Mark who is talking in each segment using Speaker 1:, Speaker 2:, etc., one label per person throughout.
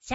Speaker 1: シ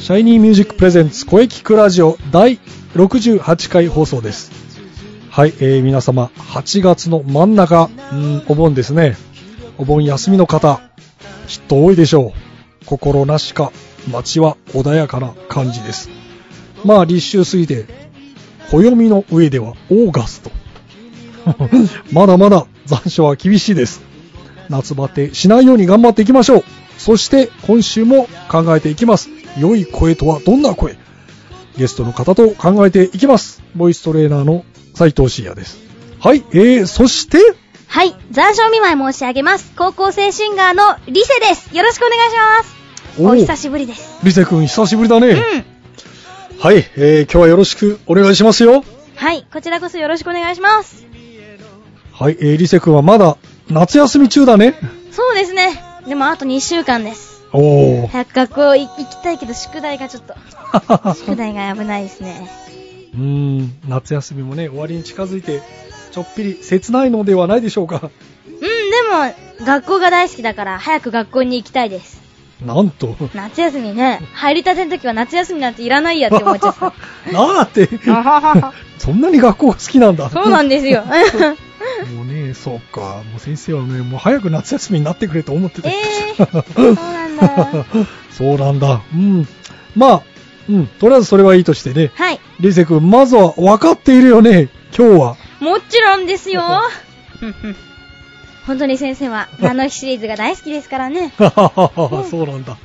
Speaker 2: シャイニーミュージックプレゼンツ声聞くラジオ第68回放送です。はい、えー皆様、8月の真ん中、うんお盆ですね。お盆休みの方、きっと多いでしょう。心なしか、街は穏やかな感じです。まあ、立秋過ぎて、暦の上ではオーガスト。 まだまだ残暑は厳しいです。夏バテしないように頑張っていきましょう。そして今週も考えていきます。良い声とはどんな声ゲストの方と考えていきます。ボイストレーナーの斉藤慎也です。はい、えー、そして、
Speaker 1: はい、残暑見舞い申し上げます。高校生シンガーのリセです。よろしくお願いします。お
Speaker 2: ー
Speaker 1: 久しぶりです。
Speaker 2: リセ君久しぶりだね。
Speaker 1: うん。
Speaker 2: はい、えー、今日はよろしくお願いしますよ。
Speaker 1: はい、こちらこそよろしくお願いします。
Speaker 2: はい、えー、リセ君はまだ夏休み中だね。
Speaker 1: そうですね。でもあと2週間です。
Speaker 2: お ー。
Speaker 1: 早く学校い行きたいけど宿題がちょっと、宿題が危ないですね。
Speaker 2: うーん、夏休みもね、終わりに近づいて、ちょっぴり切ないのではないでしょうか。
Speaker 1: うん、でも、学校が大好きだから早く学校に行きたいです。
Speaker 2: なんと。
Speaker 1: 夏休みね、入りたての時は夏休みなんていらないやって思っちゃった。
Speaker 2: なんだって、 そんなに学校が好きなん だ。
Speaker 1: そうなんです よ。
Speaker 2: もうね、そうか。もう先生はね、もう早く夏休みになってくれと思ってた。
Speaker 1: えーそうなんだ。
Speaker 2: そうなんだ。うん。まあ、うん。とりあえずそれはいいとしてね。
Speaker 1: はい、
Speaker 2: リセ君、まずは分かっているよね。今日は。
Speaker 1: もちろんですよ。 本当に先生は、ナノヒシリーズが大好きですからね。
Speaker 2: そうなんだ。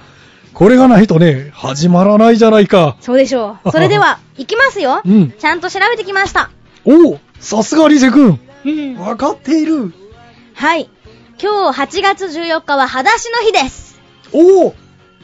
Speaker 2: これがないとね、始まらないじゃないか。
Speaker 1: そうでしょう。それで は、行きますよ。
Speaker 2: うん
Speaker 1: ちゃんと調べてきました。
Speaker 2: おおさすがリセ君
Speaker 1: うん
Speaker 2: 分かっている
Speaker 1: はい。今日8月14日は裸足の日です。
Speaker 2: おお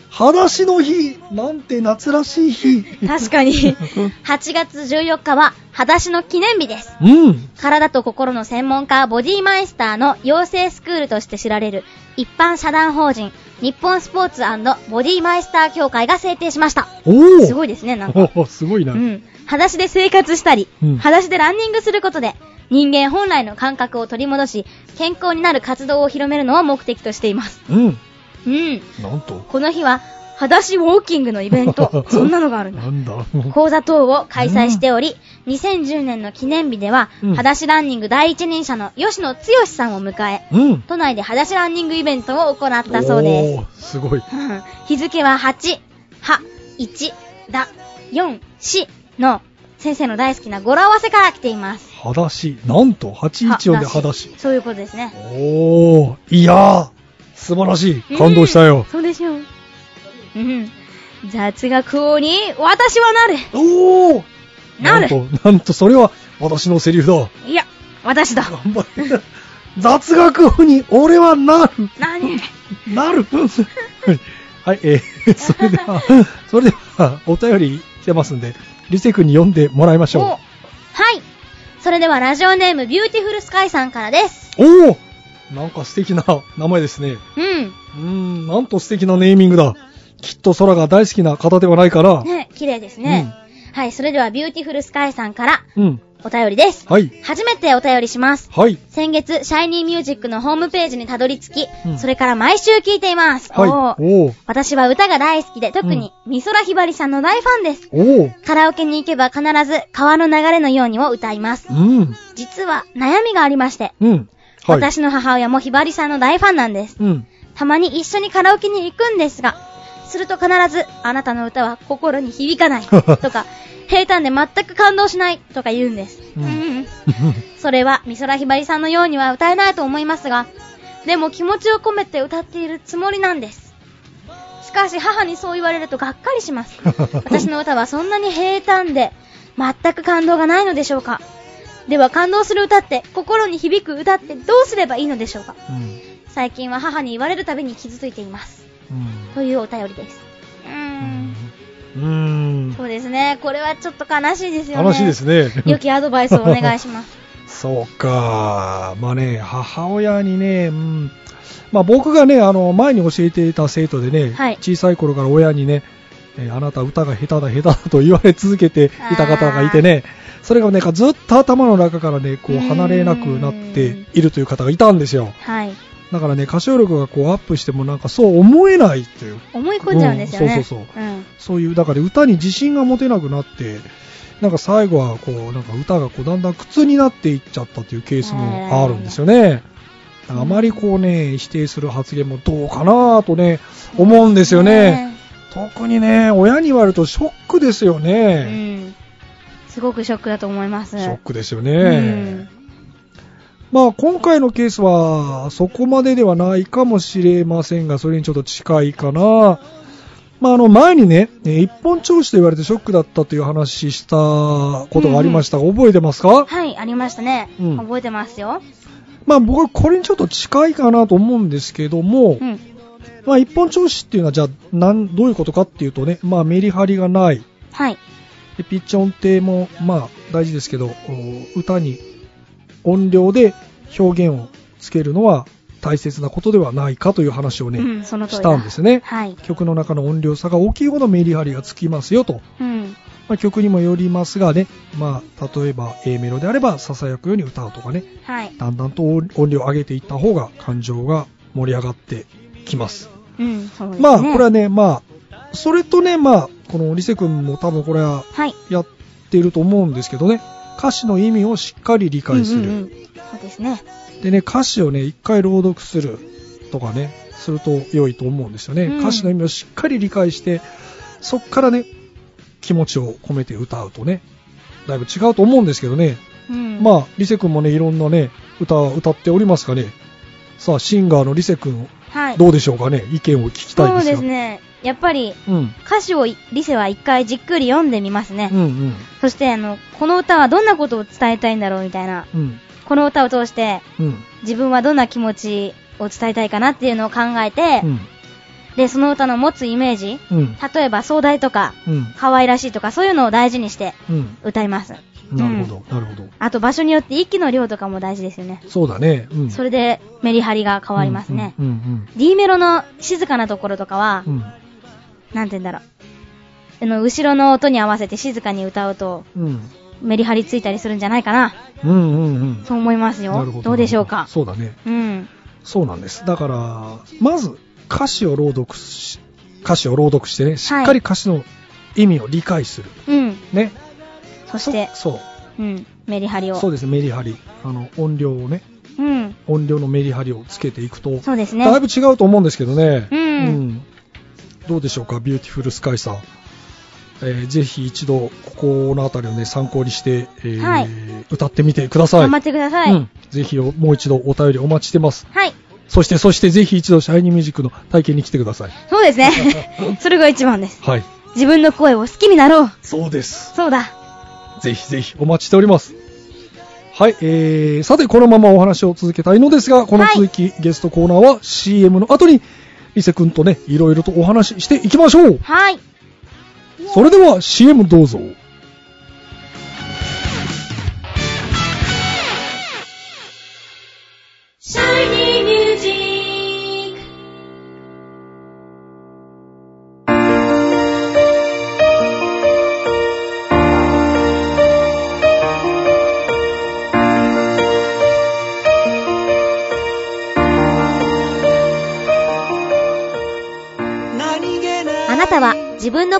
Speaker 2: 裸足の日なんて夏らしい日。
Speaker 1: 確かに。8月14日は裸足の記念日です。
Speaker 2: うん。
Speaker 1: 体と心の専門家、ボディマイスターの養成スクールとして知られる一般社団法人、日本スポーツボディマイスター協会が制定しました。
Speaker 2: おお
Speaker 1: すごいですね、なんか。
Speaker 2: おおすごいな。
Speaker 1: うん。裸足で生活したり、
Speaker 2: うん
Speaker 1: 裸足でランニングすることで、人間本来の感覚を取り戻し、健康になる活動を広めるのを目的としています。
Speaker 2: うん。
Speaker 1: うん。
Speaker 2: なんと。
Speaker 1: この日は、裸足ウォーキングのイベン ト、そんなのがあるんだ。
Speaker 2: なんだ。
Speaker 1: 講座等を開催しており、2010年の記念日では、
Speaker 2: うん
Speaker 1: 裸足ランニング第一人者の吉野剛さんを迎え、
Speaker 2: うん。
Speaker 1: 都内で裸足ランニングイベントを行ったそうです。
Speaker 2: おーすご
Speaker 1: う
Speaker 2: い。
Speaker 1: ん 日付は8、は、1、だ、4、しの先生の大好きな語呂合わせから来ています。
Speaker 2: 裸足。なんと、814で
Speaker 1: は
Speaker 2: 裸足。
Speaker 1: そういうことですね。
Speaker 2: おおいやー、素晴らしい。感動した
Speaker 1: うん
Speaker 2: よ。
Speaker 1: そうでしょう。うん。雑学王に私はなる。
Speaker 2: おお
Speaker 1: なる
Speaker 2: んと、なんと、それは私のセリフだ。
Speaker 1: いや、私だ。
Speaker 2: 頑 張って。雑学王に俺はなる。
Speaker 1: 何
Speaker 2: なる。はい、えー、それでは、それでは、お便り来てますんで、リセ君に読んでもらいまし
Speaker 1: おは
Speaker 2: ょ
Speaker 1: い。それではラジオネームビューティフルスカイさんからです。
Speaker 2: う。おおなんか素敵な名前ですね。
Speaker 1: うん。
Speaker 2: うーん、なんと素敵なネーミングだ。きっと空が大好きな方ではないから。
Speaker 1: ね、綺麗ですね。はい、それではビューティフルスカイさんから
Speaker 2: うん。
Speaker 1: お便りです。
Speaker 2: はい。
Speaker 1: 初めてお便りします。
Speaker 2: はい。
Speaker 1: 先月、シャイニーミュージックのホームページにたどり着き、
Speaker 2: うん
Speaker 1: それから毎週聞いています。
Speaker 2: はい。
Speaker 1: おー
Speaker 2: おー
Speaker 1: 私は歌が大好きで、特に美空ひばりさんの大ファンです。
Speaker 2: おお
Speaker 1: カラオケに行けば必ず、川の流れのようにを歌います
Speaker 2: う。ん。
Speaker 1: 実は、悩みがありまして、
Speaker 2: うん。はい。
Speaker 1: 私の母親もひばりさんの大ファンなんです。
Speaker 2: うん。
Speaker 1: たまに一緒にカラオケに行くんですが、すると必ず、あなたの歌は心に響かない、と か、平坦で全く感動しない、とか言うんです。
Speaker 2: うん
Speaker 1: うんそれは美空ひばりさんのようには歌えないと思いますが、でも気持ちを込めて歌っているつもりなんです。しかし母にそう言われるとがっかりし ます。私の歌はそんなに平坦で、全く感動がないのでしょうか。では感動する歌って、心に響く歌ってどうすればいいのでしょうか
Speaker 2: うん。
Speaker 1: 最近は母に言われるたびに傷ついています。
Speaker 2: うん
Speaker 1: というお便りです。う
Speaker 2: う
Speaker 1: ーん
Speaker 2: ん。。うん
Speaker 1: そうですね。これはちょっと悲しいですよね。
Speaker 2: 悲しいですね。
Speaker 1: 良きアドバイスをお願いし ます。
Speaker 2: そうか。まあね、母親にね、うん。まあ僕がね、あの、前に教えていた生徒でね、
Speaker 1: はい
Speaker 2: 小さい頃から親にね、えーあなた歌が下手だ下手だと言われ続けていた方がいてね、それがね、ずっと頭の中からね、こう
Speaker 1: うーん
Speaker 2: 離れなくなっているという方がいたんですよ。
Speaker 1: はい。
Speaker 2: だからね、歌唱力がこうアップしてもなんかそう思えないという、
Speaker 1: 思い込んじゃうんですよね。
Speaker 2: うんそうそう
Speaker 1: う。うん。
Speaker 2: そういう、だから歌に自信が持てなくなって、なんか最後はこう、なんか歌がこうだんだん苦痛になっていっちゃったというケースもあるんですよね。だからあまりこうね、否定する発言もどうかなとね、思うんですよね。特にね、親に言われるとショックですよ
Speaker 1: え。う
Speaker 2: ね。
Speaker 1: ん。すごくショックだと思います。
Speaker 2: ショックですよ
Speaker 1: うん
Speaker 2: ね。まあ今回のケースはそこまでではないかもしれませんが、それにちょっと近いかな。まああの前にね、えー一本調子と言われてショックだったという話したことがありましたが、覚えてますか
Speaker 1: はい、ありましたね。
Speaker 2: うん
Speaker 1: 覚えてますよ。
Speaker 2: まあ僕はこれにちょっと近いかなと思うんですけども
Speaker 1: う、ん。
Speaker 2: まあ一本調子っていうのはじゃあなんどういうことかっていうとね、まあメリハリがない。
Speaker 1: はい。
Speaker 2: でピッチ音程もまあ大事ですけど、お歌に音量で表現をつけるのは大切なことではないかという話をね、
Speaker 1: うん、その通
Speaker 2: し
Speaker 1: りだ。
Speaker 2: たんですね。
Speaker 1: はい。
Speaker 2: 曲の中の音量差が大きいほどメリハリがつきますよと。
Speaker 1: うん。
Speaker 2: まあ、曲にもよりますがね、まあ、例えば A メロであれば囁くように歌うとかね、
Speaker 1: はい。
Speaker 2: だんだんと音音量を上げていった方が感情が盛り上がってきます。
Speaker 1: うん、そうですね。
Speaker 2: まあ、これはね、まあ、それとね、まあ、このリセ君も多分これは
Speaker 1: はい。
Speaker 2: やっていると思うんですけどね、歌詞の意味をしっかり理解する。
Speaker 1: うんうんうんそうですね。
Speaker 2: でね、歌詞をね、一回朗読するとかね、すると良いと思うんですよね。
Speaker 1: うん
Speaker 2: 歌詞の意味をしっかり理解して、そっからね、気持ちを込めて歌うとね、だいぶ違うと思うんですけどね。
Speaker 1: うん。
Speaker 2: まあ、リセ君もね、いろんなね、歌を歌っておりますがね、さあ、シンガーのリセ君、
Speaker 1: はい。
Speaker 2: どうでしょうかね、意見を聞きたい
Speaker 1: そう
Speaker 2: です
Speaker 1: で
Speaker 2: よ。
Speaker 1: すね。やっぱり、
Speaker 2: うん。
Speaker 1: 歌詞をいリセは一回じっくり読んでみますね。
Speaker 2: うんうん。
Speaker 1: そして、あの、この歌はどんなことを伝えたいんだろうみたいな。
Speaker 2: うん。
Speaker 1: この歌を通して、
Speaker 2: うん。
Speaker 1: 自分はどんな気持ちを伝えたいかなっていうのを考えて、
Speaker 2: うん。
Speaker 1: で、その歌の持つイメージ、
Speaker 2: うん。
Speaker 1: 例えば壮大とか、
Speaker 2: うん。
Speaker 1: 可愛らしいとか、そういうのを大事にして
Speaker 2: うん。
Speaker 1: 歌います。
Speaker 2: なるほど、なるほど。
Speaker 1: あと場所によって息の量とかも大事ですよね。
Speaker 2: そうだね。うん。
Speaker 1: それでメリハリが変わりますね。
Speaker 2: うんうん。
Speaker 1: D メロの静かなところとかは、
Speaker 2: うん。
Speaker 1: なんて言うんだろう。あの、後ろの音に合わせて静かに歌うと、
Speaker 2: うん。うん
Speaker 1: メリハリついたりするんじゃないかな。
Speaker 2: うんうんうん。
Speaker 1: そう思いますよ。
Speaker 2: なるほど。
Speaker 1: うでしょうか。
Speaker 2: そうだね。
Speaker 1: うん。
Speaker 2: そうなんです。だから、まず歌詞を朗読し、歌詞を朗読してね、しっかり歌詞の意味を理解する。
Speaker 1: うん。
Speaker 2: ね。
Speaker 1: そして、
Speaker 2: そ
Speaker 1: うん。メリハリ
Speaker 2: う。
Speaker 1: を。
Speaker 2: そうですね、メリハリ。あの、音量をね、
Speaker 1: うん。
Speaker 2: 音量のメリハリをつけていくと、
Speaker 1: そうですね。
Speaker 2: だいぶ違うと思うんですけどね。
Speaker 1: うん
Speaker 2: どうでしょうか、ビューティフルスカイさん。えーぜひ一度、ここのあたりをね、参考にして、えー
Speaker 1: はい
Speaker 2: 歌ってみてください。
Speaker 1: 頑張ってください。
Speaker 2: うん。ぜひ、もう一度お便りお待ちしてます。
Speaker 1: はい。
Speaker 2: そして、そして、ぜひ一度、シャイニーミュージックの体験に来てください。
Speaker 1: そうです ね。それが一番です。
Speaker 2: はい。
Speaker 1: 自分の声を好きになろう。
Speaker 2: そうです。
Speaker 1: そうだ。
Speaker 2: ぜひぜひ、お待ちしております。はい、えー、さて、このままお話を続けたいのですが、この続き、ゲストコーナーは CM の後に、伊勢くんとね、いろいろとお話ししていきましょう。
Speaker 1: はい。
Speaker 2: それでは、CM どうぞ。
Speaker 3: シャイニーミュージック
Speaker 1: あなたは自分の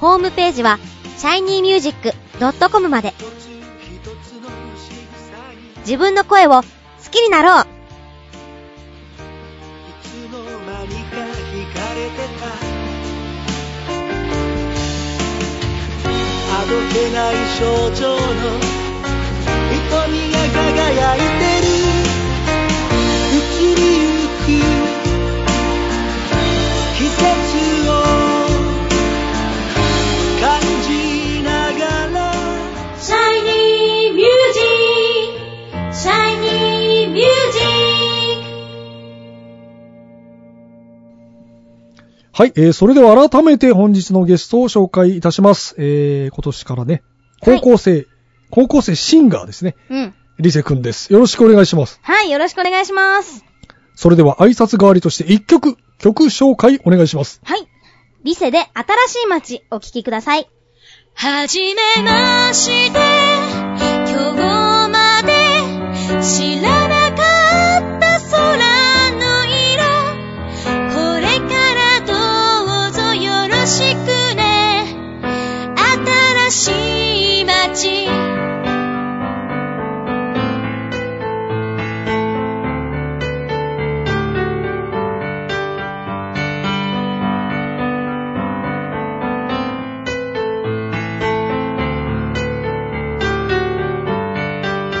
Speaker 1: ホームページは shinymusic.com .com まで。自分の声を好きになろう
Speaker 4: あどけない象徴の瞳が輝いてる移りゆく季節を感じながら
Speaker 3: Shiny music, shiny music.
Speaker 2: はい、えーそれでは改めて本日のゲストを紹介いたします。えー今年からね、
Speaker 1: は
Speaker 2: 高
Speaker 1: い
Speaker 2: 校生、高校生シンガーですね。
Speaker 1: うん。
Speaker 2: リセくんです。よろしくお願いします。
Speaker 1: はい、よろしくお願いします。
Speaker 2: それでは挨拶代わりとして一曲、曲紹介お願いします。
Speaker 1: はい。リセで新しい街お聴きください。
Speaker 3: はじめまして、今日まで知らなかった空の色、これからどうぞよろしくね、新しい街。お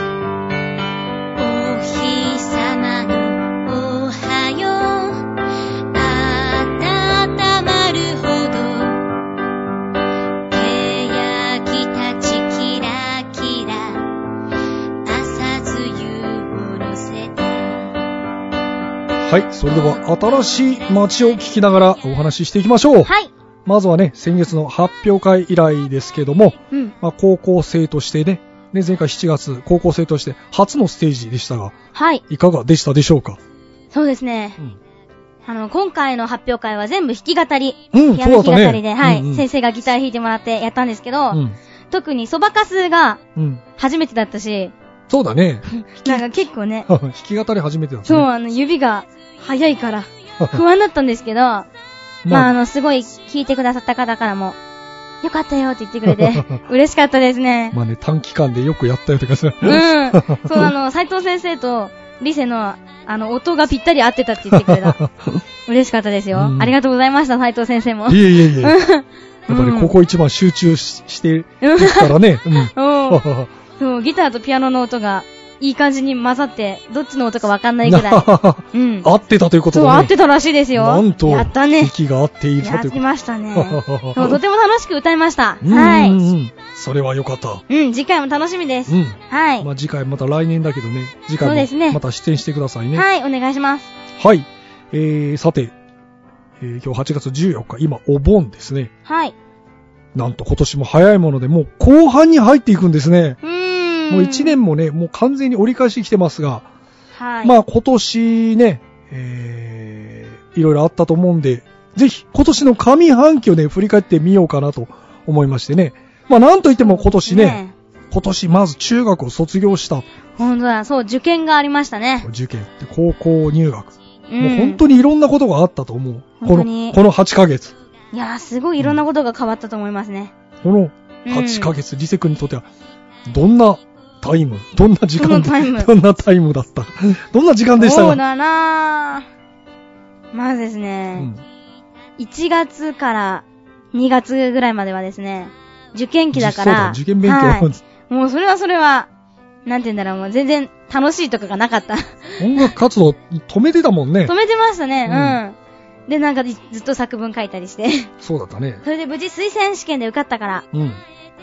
Speaker 3: 日様のおはよう温まるほどけやきたちキラキラ朝露をのせて
Speaker 2: はい、それでは新しい街を聞きながらお話ししていきましょう。
Speaker 1: はい。
Speaker 2: まずはね、先月の発表会以来ですけども、
Speaker 1: うん。
Speaker 2: まあ、高校生としてね、ね、前回7月、高校生として初のステージでしたが、
Speaker 1: はい。
Speaker 2: いかがでしたでしょうか
Speaker 1: そうですね。
Speaker 2: うん
Speaker 1: あの、今回の発表会は全部弾き語り。
Speaker 2: うん
Speaker 1: ピアノ弾き
Speaker 2: そうだ
Speaker 1: 語
Speaker 2: ったね
Speaker 1: りで、はい、
Speaker 2: うんうん
Speaker 1: 先生がギター弾いてもらってやったんですけど、
Speaker 2: うん。
Speaker 1: 特にそばかすが
Speaker 2: うん。
Speaker 1: 初めてだったし、
Speaker 2: そうだね。
Speaker 1: なんか結構ね、
Speaker 2: 弾き語り始めてたんです
Speaker 1: そう、
Speaker 2: ね。
Speaker 1: あの、指が早いから、 不安だったんですけど、ま
Speaker 2: ま
Speaker 1: あ、
Speaker 2: あ
Speaker 1: あの、すごい聞いてくださった方からも、よかったよって言ってくれ て、嬉しかったですね。
Speaker 2: まあね、短期間でよくやったよって感じだ
Speaker 1: うん。そう、あの、斉藤先生と、リセの、あの、音がぴったり合ってたって言ってくれ た。嬉しかったですよ。
Speaker 2: うん
Speaker 1: ありがとうございました、斉藤先生も。
Speaker 2: いえいえいえ。やっぱ
Speaker 1: う
Speaker 2: り
Speaker 1: ん
Speaker 2: ここ一番集中ししていくから ね。うん。
Speaker 1: うん。そう、ギターとピアノの音が、いい感じに混ざって、どっちの音かわかんないぐ らい。うん。
Speaker 2: 合ってたということ
Speaker 1: そう、
Speaker 2: だね。
Speaker 1: 合ってたらしいですよ。
Speaker 2: なんと、
Speaker 1: やったね。
Speaker 2: 息が合っている
Speaker 1: やっ
Speaker 2: というこ
Speaker 1: て
Speaker 2: と。
Speaker 1: ました ね。そうとても楽しく歌いました。
Speaker 2: うん
Speaker 1: は
Speaker 2: う
Speaker 1: い。
Speaker 2: んうんそれはよかった。
Speaker 1: うん、次回も楽しみです
Speaker 2: う。ん。
Speaker 1: はい。
Speaker 2: まあ次回また来年だけどね、次回
Speaker 1: そうですね
Speaker 2: もまた出演してくださいね。
Speaker 1: はい、お願いします。
Speaker 2: はい。えー、さて、えー今日8月14日、今、お盆ですね。
Speaker 1: はい。
Speaker 2: なんと今年も早いもので、もう後半に入っていくんですね。
Speaker 1: うーん。
Speaker 2: もう1。年もね、もう完全に折り返してきてますが、
Speaker 1: はい。
Speaker 2: まあ今年ね、えー、いろいろあったと思うんで、ぜひ今年の上半期をね、振り返ってみようかなと思いましてね。まあなんといっても今年ね、
Speaker 1: ね
Speaker 2: 今年まず中学を卒業した
Speaker 1: ほんとだ、そう、受験がありましたね。
Speaker 2: 受験で高校入学、
Speaker 1: うん。
Speaker 2: もう本当にいろんなことがあったと思う。こ
Speaker 1: 本当
Speaker 2: の、
Speaker 1: に
Speaker 2: この8ヶ月。
Speaker 1: いやー、すごいいろんなことが変わったと思いますね。
Speaker 2: この8ヶ月、リセ君にとっては、どんなタイムどんな時間
Speaker 1: どんなタイム
Speaker 2: どんなタイムだったどんな時間でした
Speaker 1: そう
Speaker 2: か、
Speaker 1: だなー。まずです
Speaker 2: う
Speaker 1: ね
Speaker 2: ん、
Speaker 1: 1月から2月ぐらいまではですね、受験期だか
Speaker 2: そうだ
Speaker 1: ら、
Speaker 2: 受験勉強、
Speaker 1: はいもうそれはそれは、なんて言うんだろう、もう全然楽しいとかがなかった。
Speaker 2: 音楽活動止めてたもんね
Speaker 1: 止。めてましたね、うん。で、なんかいずっと作文書いたりして。
Speaker 2: そうだったね。
Speaker 1: それで無事推薦試験で受かったから、
Speaker 2: うん。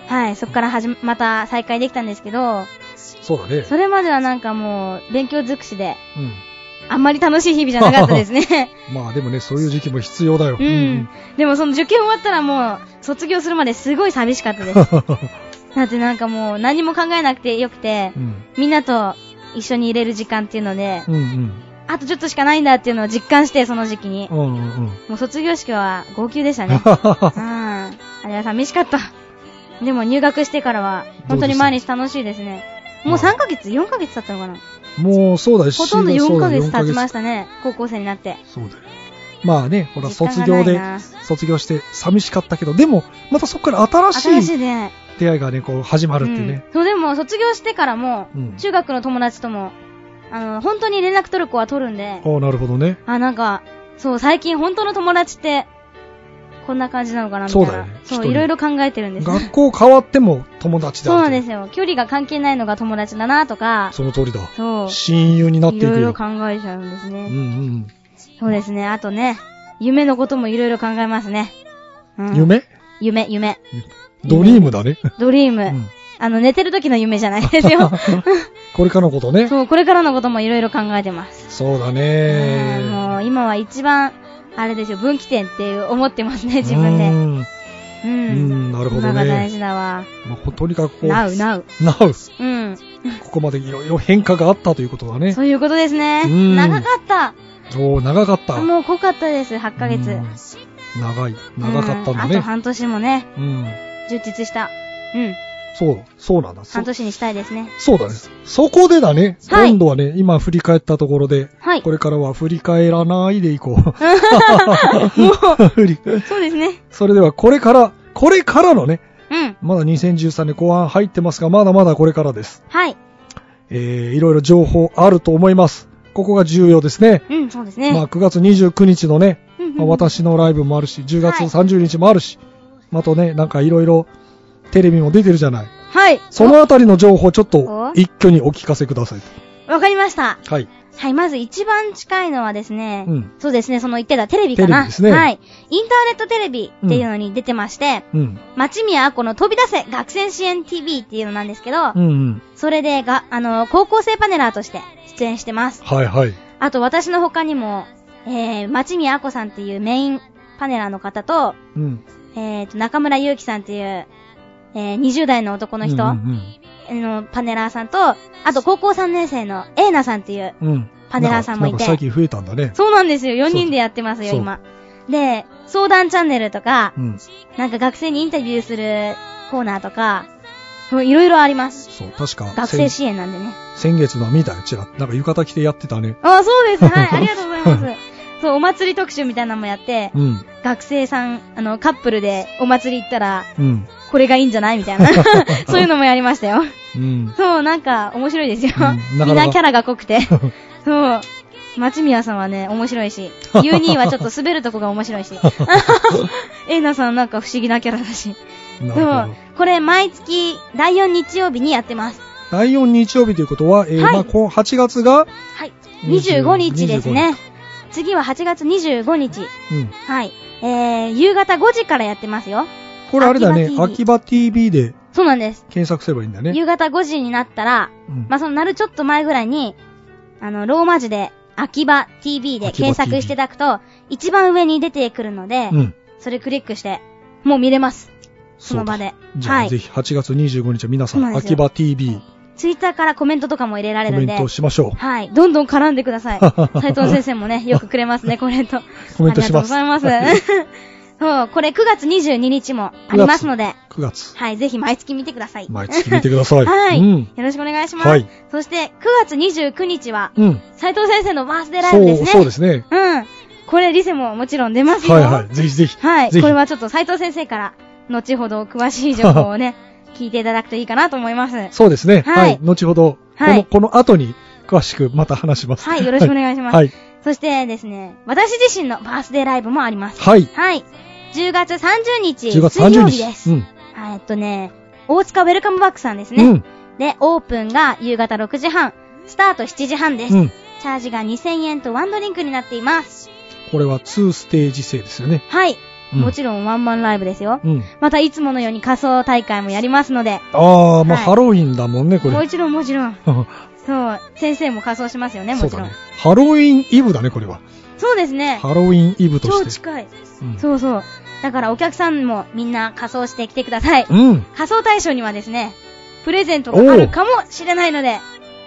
Speaker 1: はい、そこからはじま、また再開できたんですけど、
Speaker 2: そうだね。
Speaker 1: それまではなんかもう、勉強尽くしで、
Speaker 2: う
Speaker 1: あんまり楽しい日々じゃなかったです ね。
Speaker 2: ん。まあでもね、そういう時期も必要だよ。
Speaker 1: うん。でもその受験終わったらもう、卒業するまですごい寂しかったです。
Speaker 2: う
Speaker 1: だってなんかもう、何も考えなくてよくて、
Speaker 2: ん。
Speaker 1: みんなと一緒にいれる時間っていうので、
Speaker 2: うんうん。
Speaker 1: あとちょっとしかないんだっていうのを実感して、その時期に
Speaker 2: う。んうん うん。
Speaker 1: もう卒業式は号泣でした ね。うん。あれは寂しかった。でも入学してからは、本当に毎日楽しいですね。もう3ヶ月 ?4 ヶ月経ったのかな
Speaker 2: もうそうだし、
Speaker 1: ほとんど4ヶ月
Speaker 2: そうだ
Speaker 1: 経
Speaker 2: よ
Speaker 1: ちましたね。高校生になって。
Speaker 2: そうだよ。まあね、ほら、
Speaker 1: 時間
Speaker 2: 卒
Speaker 1: が
Speaker 2: 業
Speaker 1: ない
Speaker 2: で
Speaker 1: な、
Speaker 2: 卒業して寂しかったけど、でも、またそこから新し
Speaker 1: 新
Speaker 2: い
Speaker 1: しいね。
Speaker 2: 出会いがね、こう、始まるっていうね。
Speaker 1: うんそうでも卒業してからも、
Speaker 2: うん
Speaker 1: 中学の友達ともあの本当に連絡取る子は取るんで
Speaker 2: ああ、なるほどね。
Speaker 1: あなんかそう最近本当の友達ってこんな感じなのかなみたいな
Speaker 2: そうだよね一
Speaker 1: そう
Speaker 2: 人
Speaker 1: いろいろ考えてるんです
Speaker 2: 学校変わっても友達だ
Speaker 1: そうなんです
Speaker 2: よ。
Speaker 1: よ距離が関係ないのが友達だなとか
Speaker 2: その通りだ。
Speaker 1: そう
Speaker 2: 親友になってい
Speaker 1: い
Speaker 2: くよ。
Speaker 1: ろいろ考えちゃうんです
Speaker 2: う
Speaker 1: ね、
Speaker 2: んうん
Speaker 1: そうですねあとね夢のこともいろいろ考えますね、う
Speaker 2: うんん。夢
Speaker 1: 夢夢
Speaker 2: ドリームだね。
Speaker 1: ドリーム、
Speaker 2: うん
Speaker 1: あの寝てる時の夢じゃないです よ
Speaker 2: これからのことね。
Speaker 1: そうこれからのこともいろいろ考えてます
Speaker 2: そうだ
Speaker 1: ねえもう
Speaker 2: ね。
Speaker 1: 今は一番、あれですよ、分岐点っていう思ってますね、自分で。う。
Speaker 2: うんん、なるほど
Speaker 1: 今が大
Speaker 2: ね。
Speaker 1: 事だわ。
Speaker 2: まあ、ことにかくこう、
Speaker 1: なうなう。
Speaker 2: なう
Speaker 1: うん。
Speaker 2: ここまでいろいろ変化があったということだね。
Speaker 1: そういうことですね。
Speaker 2: うん
Speaker 1: 長かった。
Speaker 2: おお、長かった。
Speaker 1: もう濃かったです、8ヶ月。
Speaker 2: うん長い。長かったんだ
Speaker 1: うんあと
Speaker 2: ね。
Speaker 1: 半年もね、
Speaker 2: うん。
Speaker 1: 充実した。うん。
Speaker 2: そう、そうなんだ。そ
Speaker 1: 半年にしたいですね。
Speaker 2: そうだね。そこでだね。
Speaker 1: はい
Speaker 2: 今度はね、今振り返ったところで、
Speaker 1: はい
Speaker 2: こ。れからは振り返らないでいこう。 振り
Speaker 1: そうですね。
Speaker 2: それではこれから、これからのね、
Speaker 1: うん。
Speaker 2: まだ2013年後半入ってますが、まだまだこれからです。
Speaker 1: はい。
Speaker 2: えー、いろいろ情報あると思います。ここが重要ですね。
Speaker 1: うん、そうです
Speaker 2: まあ
Speaker 1: ね。
Speaker 2: 9月29日のね、
Speaker 1: うん うん
Speaker 2: まあ私のライブもあるし、10月30日もあるし、まああとね、なんかいろいろテレビも出てるじゃない。
Speaker 1: はい。
Speaker 2: そのあたりの情報ちょっ
Speaker 1: お
Speaker 2: と一挙にお聞かせください。
Speaker 1: わかりました。
Speaker 2: はい。
Speaker 1: はい、まず一番近いのはですね、
Speaker 2: うん
Speaker 1: そうですね、その言ってたテレビかな。
Speaker 2: テレビですね
Speaker 1: はい。インターネットテレビっていうのに出てまして、
Speaker 2: うん。
Speaker 1: 町宮あこの飛び出せ学生支援 TV っていうのなんですけど、
Speaker 2: うんうん。
Speaker 1: それでが、あの、高校生パネラーとして出演してます。
Speaker 2: はいはい。
Speaker 1: あと私の他にも、えー、町宮あこさんっていうメインパネラーの方と、
Speaker 2: うん。
Speaker 1: えーと、中村祐樹さんっていう、えー、20代の男の人、
Speaker 2: うん
Speaker 1: あのパネラーさんと、あと高校3年生のエーナさんっていう
Speaker 2: うんうん。うん。
Speaker 1: パネラーさんもいて
Speaker 2: なか最近増えたんだね。
Speaker 1: そうなんですよ。4人でやってますよ、
Speaker 2: そう
Speaker 1: 今。で、相談チャンネルとか、
Speaker 2: うん。
Speaker 1: なんか学生にインタビューするコーナーとか、もういろいろあります。
Speaker 2: そう、確か。
Speaker 1: 学生支援なんでね。
Speaker 2: 先月の見たよ、ちらっと。なんか浴衣着てやってたね。
Speaker 1: あ、そうです。 はい、ありがとうございます。そう、お祭り特集みたいなのもやって、
Speaker 2: うん。
Speaker 1: 学生さん、あの、カップルでお祭り行ったら、
Speaker 2: うん。
Speaker 1: これがいいんじゃないみたい な。そういうのもやりましたよ。
Speaker 2: うん。
Speaker 1: そう、なんか、面白いですよ。
Speaker 2: うんなかなか
Speaker 1: みんなキャラが濃く て。そう。町宮さんはね、面白 いし。ユーニーはちょっと滑るとこが面白いし。エイナさんなんか不思議なキャラだし。
Speaker 2: な
Speaker 1: そ
Speaker 2: るほ
Speaker 1: う
Speaker 2: ど。。
Speaker 1: これ、毎月、第4日曜日にやってます。
Speaker 2: 第4日曜日ということは、えー、
Speaker 1: はい
Speaker 2: まあ、こう8月が、
Speaker 1: はい。25日です
Speaker 2: 25
Speaker 1: ね。次は8月25日。
Speaker 2: うん。
Speaker 1: はい。えー、夕方5時からやってますよ。
Speaker 2: これあれだね、
Speaker 1: 秋
Speaker 2: 秋葉 TV で
Speaker 1: そうなんです。
Speaker 2: 検索すればいいんだね。
Speaker 1: 夕方5時になったら、
Speaker 2: うん
Speaker 1: まあ、そのなるちょっと前ぐらいに、あの、ローマ字で、秋葉 TV で
Speaker 2: 秋葉
Speaker 1: 検
Speaker 2: TV
Speaker 1: 索していただくと、一番上に出てくるので、
Speaker 2: うん。
Speaker 1: それクリックして、もう見れます。その場で
Speaker 2: そうだじゃあ、
Speaker 1: はい
Speaker 2: ぜひ8月25日は皆さ
Speaker 1: そうなん
Speaker 2: ん、
Speaker 1: ですよ
Speaker 2: 秋葉 TV
Speaker 1: ツイッターからコメントとかも入れられ
Speaker 2: コ
Speaker 1: る
Speaker 2: メ
Speaker 1: ん
Speaker 2: ン
Speaker 1: で
Speaker 2: ト、しましょ
Speaker 1: はい。どんどん絡んでくだ さい。斉藤先生もね、よくくれますね、コメント。
Speaker 2: う。コメントします。
Speaker 1: ありがとうございます。 そう、これ9月22日もありますので、
Speaker 2: 9月。
Speaker 1: はい、ぜひ毎月見てください。
Speaker 2: 毎月見てくださ い。
Speaker 1: はい、
Speaker 2: うん。
Speaker 1: よろしくお願いします。
Speaker 2: はい
Speaker 1: そして、9月29日は、
Speaker 2: うん。
Speaker 1: 斉藤先生のバースデーライブです
Speaker 2: そう、
Speaker 1: ね。
Speaker 2: そうですね。
Speaker 1: うん。これ、リセももちろん出ますよ。
Speaker 2: はいはい。ぜひぜひ。
Speaker 1: はい。
Speaker 2: ぜひ
Speaker 1: これはちょっと斉藤先生から、後ほど詳しい情報 をね、聞いていただくといいかなと思います。は
Speaker 2: そうですね。
Speaker 1: は
Speaker 2: はいい。後ほど、こ
Speaker 1: はい
Speaker 2: の、この後に詳しくまた話します。
Speaker 1: い、よろしくお願いします。
Speaker 2: はい。
Speaker 1: そしてですね、私自身のバースデーライブもあります。
Speaker 2: はい。
Speaker 1: はい。10月30日、
Speaker 2: 10月
Speaker 1: 水曜
Speaker 2: 30
Speaker 1: 日です。
Speaker 2: 日。うん。
Speaker 1: はいえっとね、大塚ウェルカムバックさんですね。
Speaker 2: うん。
Speaker 1: で、オープンが夕方6時半、スタート7時半です。
Speaker 2: うん。
Speaker 1: チャージが2000円とワンドリンクになっています。
Speaker 2: これは2ステージ制ですよね。
Speaker 1: はい。
Speaker 2: うん
Speaker 1: もちろんワンマンライブですよ。
Speaker 2: うん。
Speaker 1: またいつものように仮装大会もやりますので、
Speaker 2: ああ、まあ
Speaker 1: はい
Speaker 2: ハロウィンだもんね、これ。
Speaker 1: もちろんもちろん。
Speaker 2: そ
Speaker 1: そう、先生も仮装しますよね、も
Speaker 2: う
Speaker 1: ち
Speaker 2: だ
Speaker 1: ろん。
Speaker 2: ね。ハロウィンイブだね、これは。
Speaker 1: そうですね。
Speaker 2: ハロウィンイブと
Speaker 1: 超
Speaker 2: して。
Speaker 1: 近い。
Speaker 2: うん
Speaker 1: そうそう。だからお客さんもみんな仮装してきてください。
Speaker 2: うん。
Speaker 1: 仮装大賞にはですね、プレゼントがあるかもしれないので、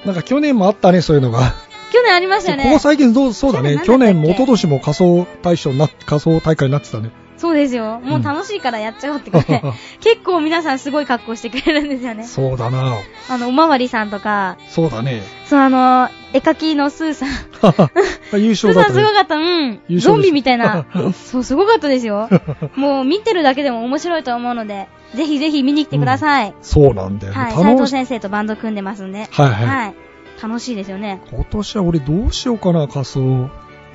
Speaker 2: なんか去年もあったね、そういうのが。
Speaker 1: 去年ありましたよ
Speaker 2: ここ
Speaker 1: ね。
Speaker 2: 最近どう、そうだね。
Speaker 1: 去
Speaker 2: 去
Speaker 1: 年
Speaker 2: 年
Speaker 1: なん
Speaker 2: も
Speaker 1: だっ
Speaker 2: 一
Speaker 1: たっけ
Speaker 2: 昨年も仮装大賞な、仮装大会になってたね。
Speaker 1: そうですよ。もう楽しいからやっちゃおうってこと で
Speaker 2: うん。
Speaker 1: 結構皆さんすごい格好してくれるんですよね。
Speaker 2: そうだな。
Speaker 1: あの、おまわりさんとか、
Speaker 2: そうだ ね。
Speaker 1: そうあの、絵描きのスーさん。ス
Speaker 2: 優勝
Speaker 1: ー
Speaker 2: だっ
Speaker 1: さん
Speaker 2: た
Speaker 1: す
Speaker 2: ね
Speaker 1: ご。かった、うん
Speaker 2: 優勝で。しょ
Speaker 1: ゾンビみたい な。そう、すごかったですよ。もう見てるだけでも面白いと思うので、ぜひぜひ見に来てください。
Speaker 2: そうなんだよね。
Speaker 1: はい。
Speaker 2: 楽
Speaker 1: 斉藤
Speaker 2: し
Speaker 1: 先生とバンド組んでますんで。
Speaker 2: はいはい
Speaker 1: はい。楽しいですよね。
Speaker 2: 今年は俺どうしようかな、仮装。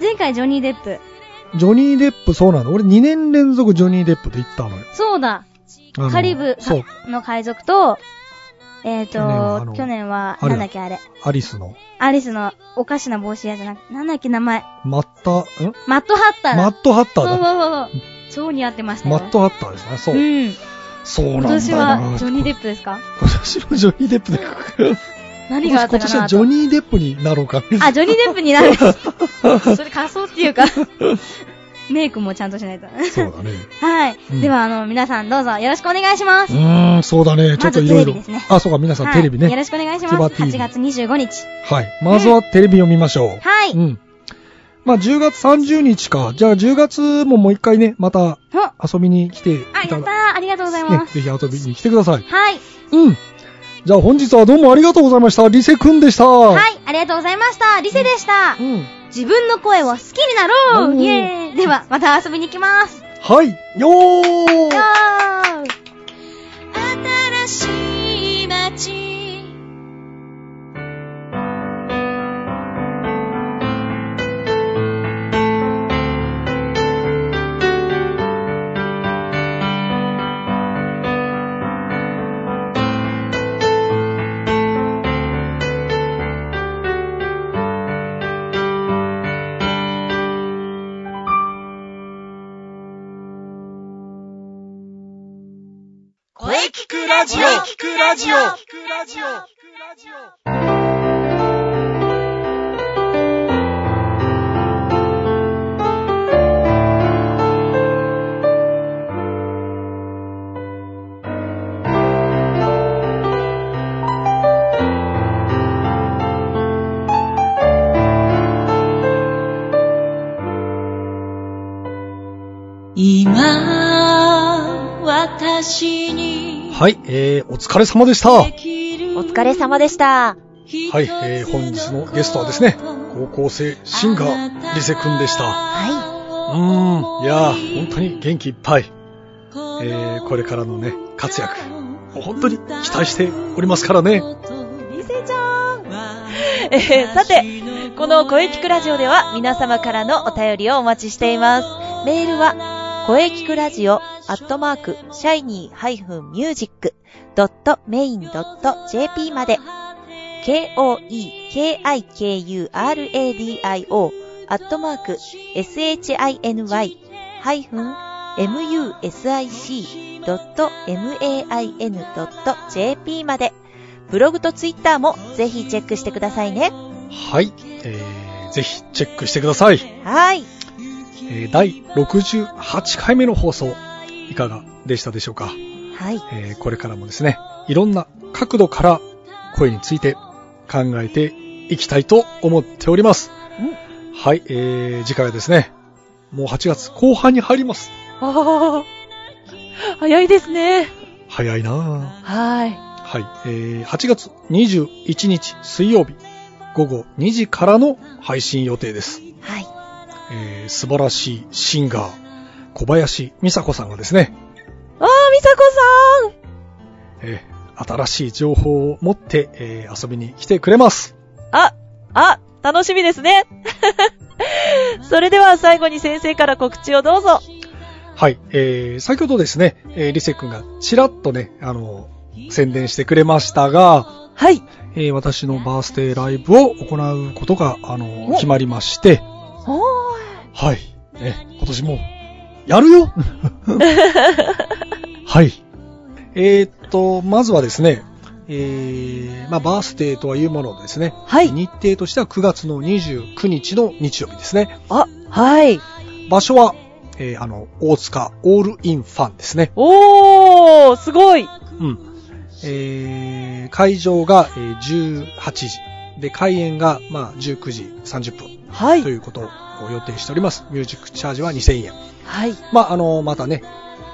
Speaker 1: 前回ジョニー・デップ。
Speaker 2: ジョニー・デップ、そうなの。俺2年連続ジョニー・デップで行ったのよ。
Speaker 1: そうだ。
Speaker 2: あの
Speaker 1: カリブ
Speaker 2: そう、
Speaker 1: の海賊と、えっ、
Speaker 2: 去年はあの
Speaker 1: と、去年は、
Speaker 2: あれ
Speaker 1: なんだっけあれ。
Speaker 2: アリスの。
Speaker 1: アリスのおかしな帽子屋じゃなく、なんだっけ名前。
Speaker 2: マッタ、ん
Speaker 1: マットハッターだ。
Speaker 2: マットハッター
Speaker 1: そうそう
Speaker 2: だ。
Speaker 1: そうそう。超似合ってました
Speaker 2: マ
Speaker 1: よ。
Speaker 2: ットハッターですね。そうう。
Speaker 1: ん。
Speaker 2: そうなん
Speaker 1: 今
Speaker 2: だよな。
Speaker 1: 年はジョニー・デッ
Speaker 2: プ。
Speaker 1: プですか
Speaker 2: 今年のジョニー・デップで書く。
Speaker 1: 何があ
Speaker 2: 今
Speaker 1: ったかなと
Speaker 2: 年はジョニー・デップになろうか。
Speaker 1: あ、ジョニー・デップになる。そ れ仮装っていうか、 メイクもちゃんとしないと。
Speaker 2: そうだね。
Speaker 1: はい、
Speaker 2: うん
Speaker 1: では、あの、皆さんどうぞよろしくお願いしま
Speaker 2: う
Speaker 1: す。
Speaker 2: ーん、そうだね。ちょっとい
Speaker 1: まずテレ
Speaker 2: ろい
Speaker 1: ビ
Speaker 2: ろ
Speaker 1: ですね。
Speaker 2: あ、そうか、皆さんテレビ
Speaker 1: はいよろ
Speaker 2: ね。
Speaker 1: しくお願いし
Speaker 2: 千葉
Speaker 1: ます。
Speaker 2: TV
Speaker 1: 8月25日。
Speaker 2: はい。まずはテレビを見ましょう。
Speaker 1: はい。
Speaker 2: うん。まあ、10月30日か。じゃあ、10月ももう一回ね、また
Speaker 1: おあ、
Speaker 2: 遊びに来てい
Speaker 1: や
Speaker 2: た
Speaker 1: った
Speaker 2: だ
Speaker 1: ー。ありがとうござい
Speaker 2: ね
Speaker 1: ま、す。
Speaker 2: ぜひ遊びに来てください。
Speaker 1: はい。
Speaker 2: うん。じゃあ、本日はどうもありがとうございました。リセくんでした。。
Speaker 1: はいい。ありがとうございました。リセでした
Speaker 2: う。ん。
Speaker 1: 自分の声を好きになろ
Speaker 2: お
Speaker 1: う
Speaker 2: ー
Speaker 1: イエーイでは、また遊びに来ます。よ
Speaker 2: はい。よー
Speaker 1: ー
Speaker 5: 新しい街
Speaker 6: 声聞くラジオ聞くラジオ
Speaker 5: 今私に
Speaker 2: はい。えー、お疲れ様でした。はい。
Speaker 5: お
Speaker 3: お疲れ様でした。
Speaker 2: えー、本日のゲストはですね、高校生シンガー、リセくんでした。う
Speaker 5: は
Speaker 2: ーん。いやー、本当に元気いっぱい。
Speaker 5: い。
Speaker 2: えー、これからのね、活躍、本当に期待しておりますからね。
Speaker 3: リセちゃん。えーさて、この声聞くラジオでは皆様からのお便りをお待ちしています。メールは、声聞くラジオ、アットマーク、シャイニー -music.main.jp まで、k-o-e-k-i-k-u-r-a-d-i-o、アットマーク、shiny-music.main.jp まで、ブログとツイッターもぜひチェックしてくださいね。
Speaker 2: はい。えー、ぜひチェックしてください。
Speaker 3: はい。
Speaker 2: えー、第68回目の放送、いかがでしたでしょうか。
Speaker 3: はい。
Speaker 2: えー、これからもですね、いろんな角度から声について考えていきたいと思っております。はい、えー、次回はですね、もう8月後半に入ります。
Speaker 3: ああ、早いですね。
Speaker 2: 早いなぁ。
Speaker 3: はい。
Speaker 2: はい、えー、8月21日水曜日、午後2時からの配信予定です。
Speaker 3: はい。
Speaker 2: えー素晴らしいシンガー、小林美佐子さんがですね、
Speaker 3: ああ、みさこ
Speaker 2: えー新しい情報を持って、えー遊びに来てくれます。
Speaker 3: さんあ、あ、楽しみで すね。それでは最後に先生から告知をどうぞ。
Speaker 2: はい、えー先ほどですね、えーリセ君がちらっとね、あの宣伝してくれましたが、
Speaker 3: はい。
Speaker 2: えー私のバースデーライブを行うことが、あの決まりまして、
Speaker 3: おー
Speaker 2: はい、ね、今年も、やる よはい。えーっと、まずはですね、えー、まあ、バースデーとはいうものですね、
Speaker 3: はい。
Speaker 2: 日程としては9月の29日の日曜日ですね。
Speaker 3: あ、はい。
Speaker 2: 場所は、えーあの、大塚オールインファンですね。
Speaker 3: おー、すごい。
Speaker 2: うん。えー、会場が、えー18時で、開演が、まあ、19時30分
Speaker 5: はい
Speaker 2: と。いうことを予定しております。ミュージックチャージは2000円。
Speaker 5: はい。
Speaker 2: まあ、あの、またね、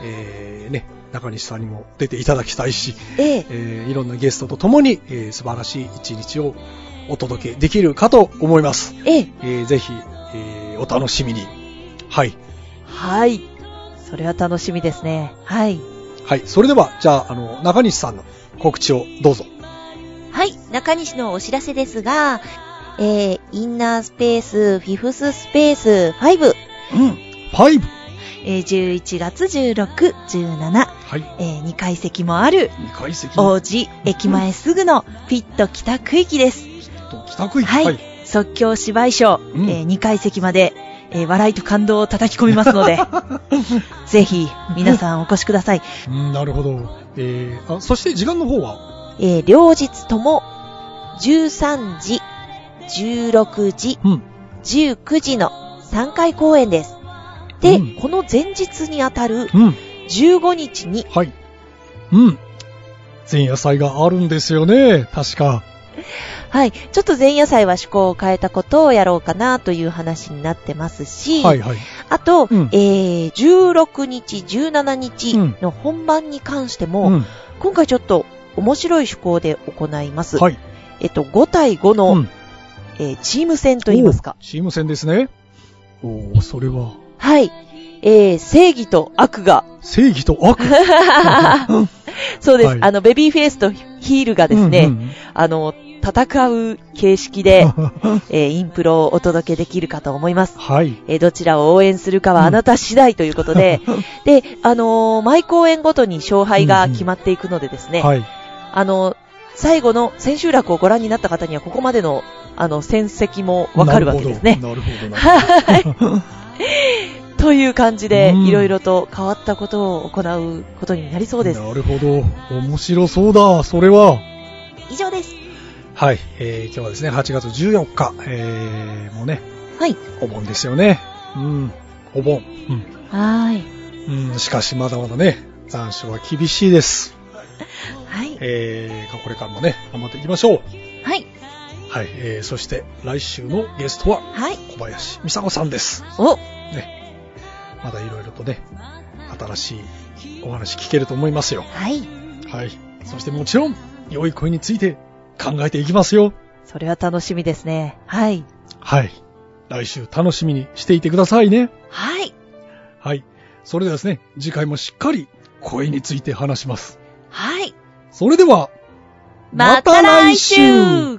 Speaker 2: えー、ね、中西さんにも出ていただきたいし、
Speaker 5: ええ。
Speaker 2: えーいろんなゲストと共に、えー素晴らしい一日をお届けできるかと思います。
Speaker 5: ええ。
Speaker 2: えーぜひ、えーお楽しみに。はい。
Speaker 5: はい。それは楽しみですね。はい。
Speaker 2: はい。それでは、じゃあ、あの、中西さんの告知をどうぞ。
Speaker 5: はい、中西のお知らせですが、えー、インナースペース、フィフススペース5、
Speaker 2: うん。5。
Speaker 5: えー、11月16、17、
Speaker 2: はい。
Speaker 5: えー、2階席もある、
Speaker 2: 2階席
Speaker 5: 王子駅前すぐのフィット北区域です。
Speaker 2: と北区域。
Speaker 5: はい即興芝居賞、
Speaker 2: うん
Speaker 5: えー、2階席まで、えー、笑いと感動を叩き込みます ので、ぜひ、皆さんお越しください。
Speaker 2: うんなるほど。えー、あ、そして時間の方は、
Speaker 5: えー、両日とも、13時、16時、
Speaker 2: うん。
Speaker 5: 19時の3回公演です。で、
Speaker 2: うん
Speaker 5: この前日にあたる
Speaker 2: うん。
Speaker 5: 15日に、
Speaker 2: はい。うん。前夜祭があるんですよね。確か。
Speaker 5: はい、ちょっと前夜祭は趣向を変えたことをやろうかなという話になってますし、
Speaker 2: はいはい。
Speaker 5: あと、
Speaker 2: うん
Speaker 5: えー16日、17日の本番に関しても、
Speaker 2: うん。
Speaker 5: 今回ちょっと面白い趣向で行います。
Speaker 2: はい。
Speaker 5: えっと、5対5の、
Speaker 2: うん
Speaker 5: えーチーム戦といいますか
Speaker 2: お。チーム戦ですね。おおそれは、
Speaker 5: はい。えー正義と悪が
Speaker 2: 正義と 悪。
Speaker 5: そうです。
Speaker 2: はい
Speaker 5: あの、ベビーフェイスとヒールがですね、あの、戦う形式で、えーインプロをお届けできるかと思います。
Speaker 2: はい。
Speaker 5: えーどちらを応援するか
Speaker 2: う
Speaker 5: は
Speaker 2: ん
Speaker 5: あなた次第ということで、で、あのー毎公演ごとに勝敗が決まっていくのでですね、
Speaker 2: はい。
Speaker 5: あのー最後の千秋楽をご覧になった方には、ここまでの、あの、戦績もわかるわけですね。
Speaker 2: なるほど。なるほどなる
Speaker 5: はい。という感じで、
Speaker 2: うん
Speaker 5: いろいろと変わったことを行うことになりそう
Speaker 2: ほど。
Speaker 5: です。
Speaker 2: なるほど。面白そうだ。それは。
Speaker 5: 以上です。
Speaker 2: はい。えー、今日はですね、8月14日、えー、もうね、
Speaker 5: はい。
Speaker 2: お盆ですよね。うん。お盆。
Speaker 5: はーい。
Speaker 2: うん。うん、しかしまだまだね、残暑は厳しいです。
Speaker 5: はい。
Speaker 2: えー、これからもね、頑張っていきましょう。
Speaker 5: はい。
Speaker 2: はい。えー、そして来週のゲストは
Speaker 5: はい。
Speaker 2: 小林美佐子さんです。
Speaker 5: お、
Speaker 2: ね。まだいろいろとね、新しいお話聞けると思いますよ。
Speaker 5: はい。
Speaker 2: はい。そしてもちろん、良い声について考えていきますよ。
Speaker 5: それは楽しみですね。はい。
Speaker 2: はい。来週楽しみにしていてくださいね。
Speaker 5: はい。
Speaker 2: はい。それではですね、次回もしっかり声について話します。
Speaker 5: はい。
Speaker 2: それでは、
Speaker 5: また来週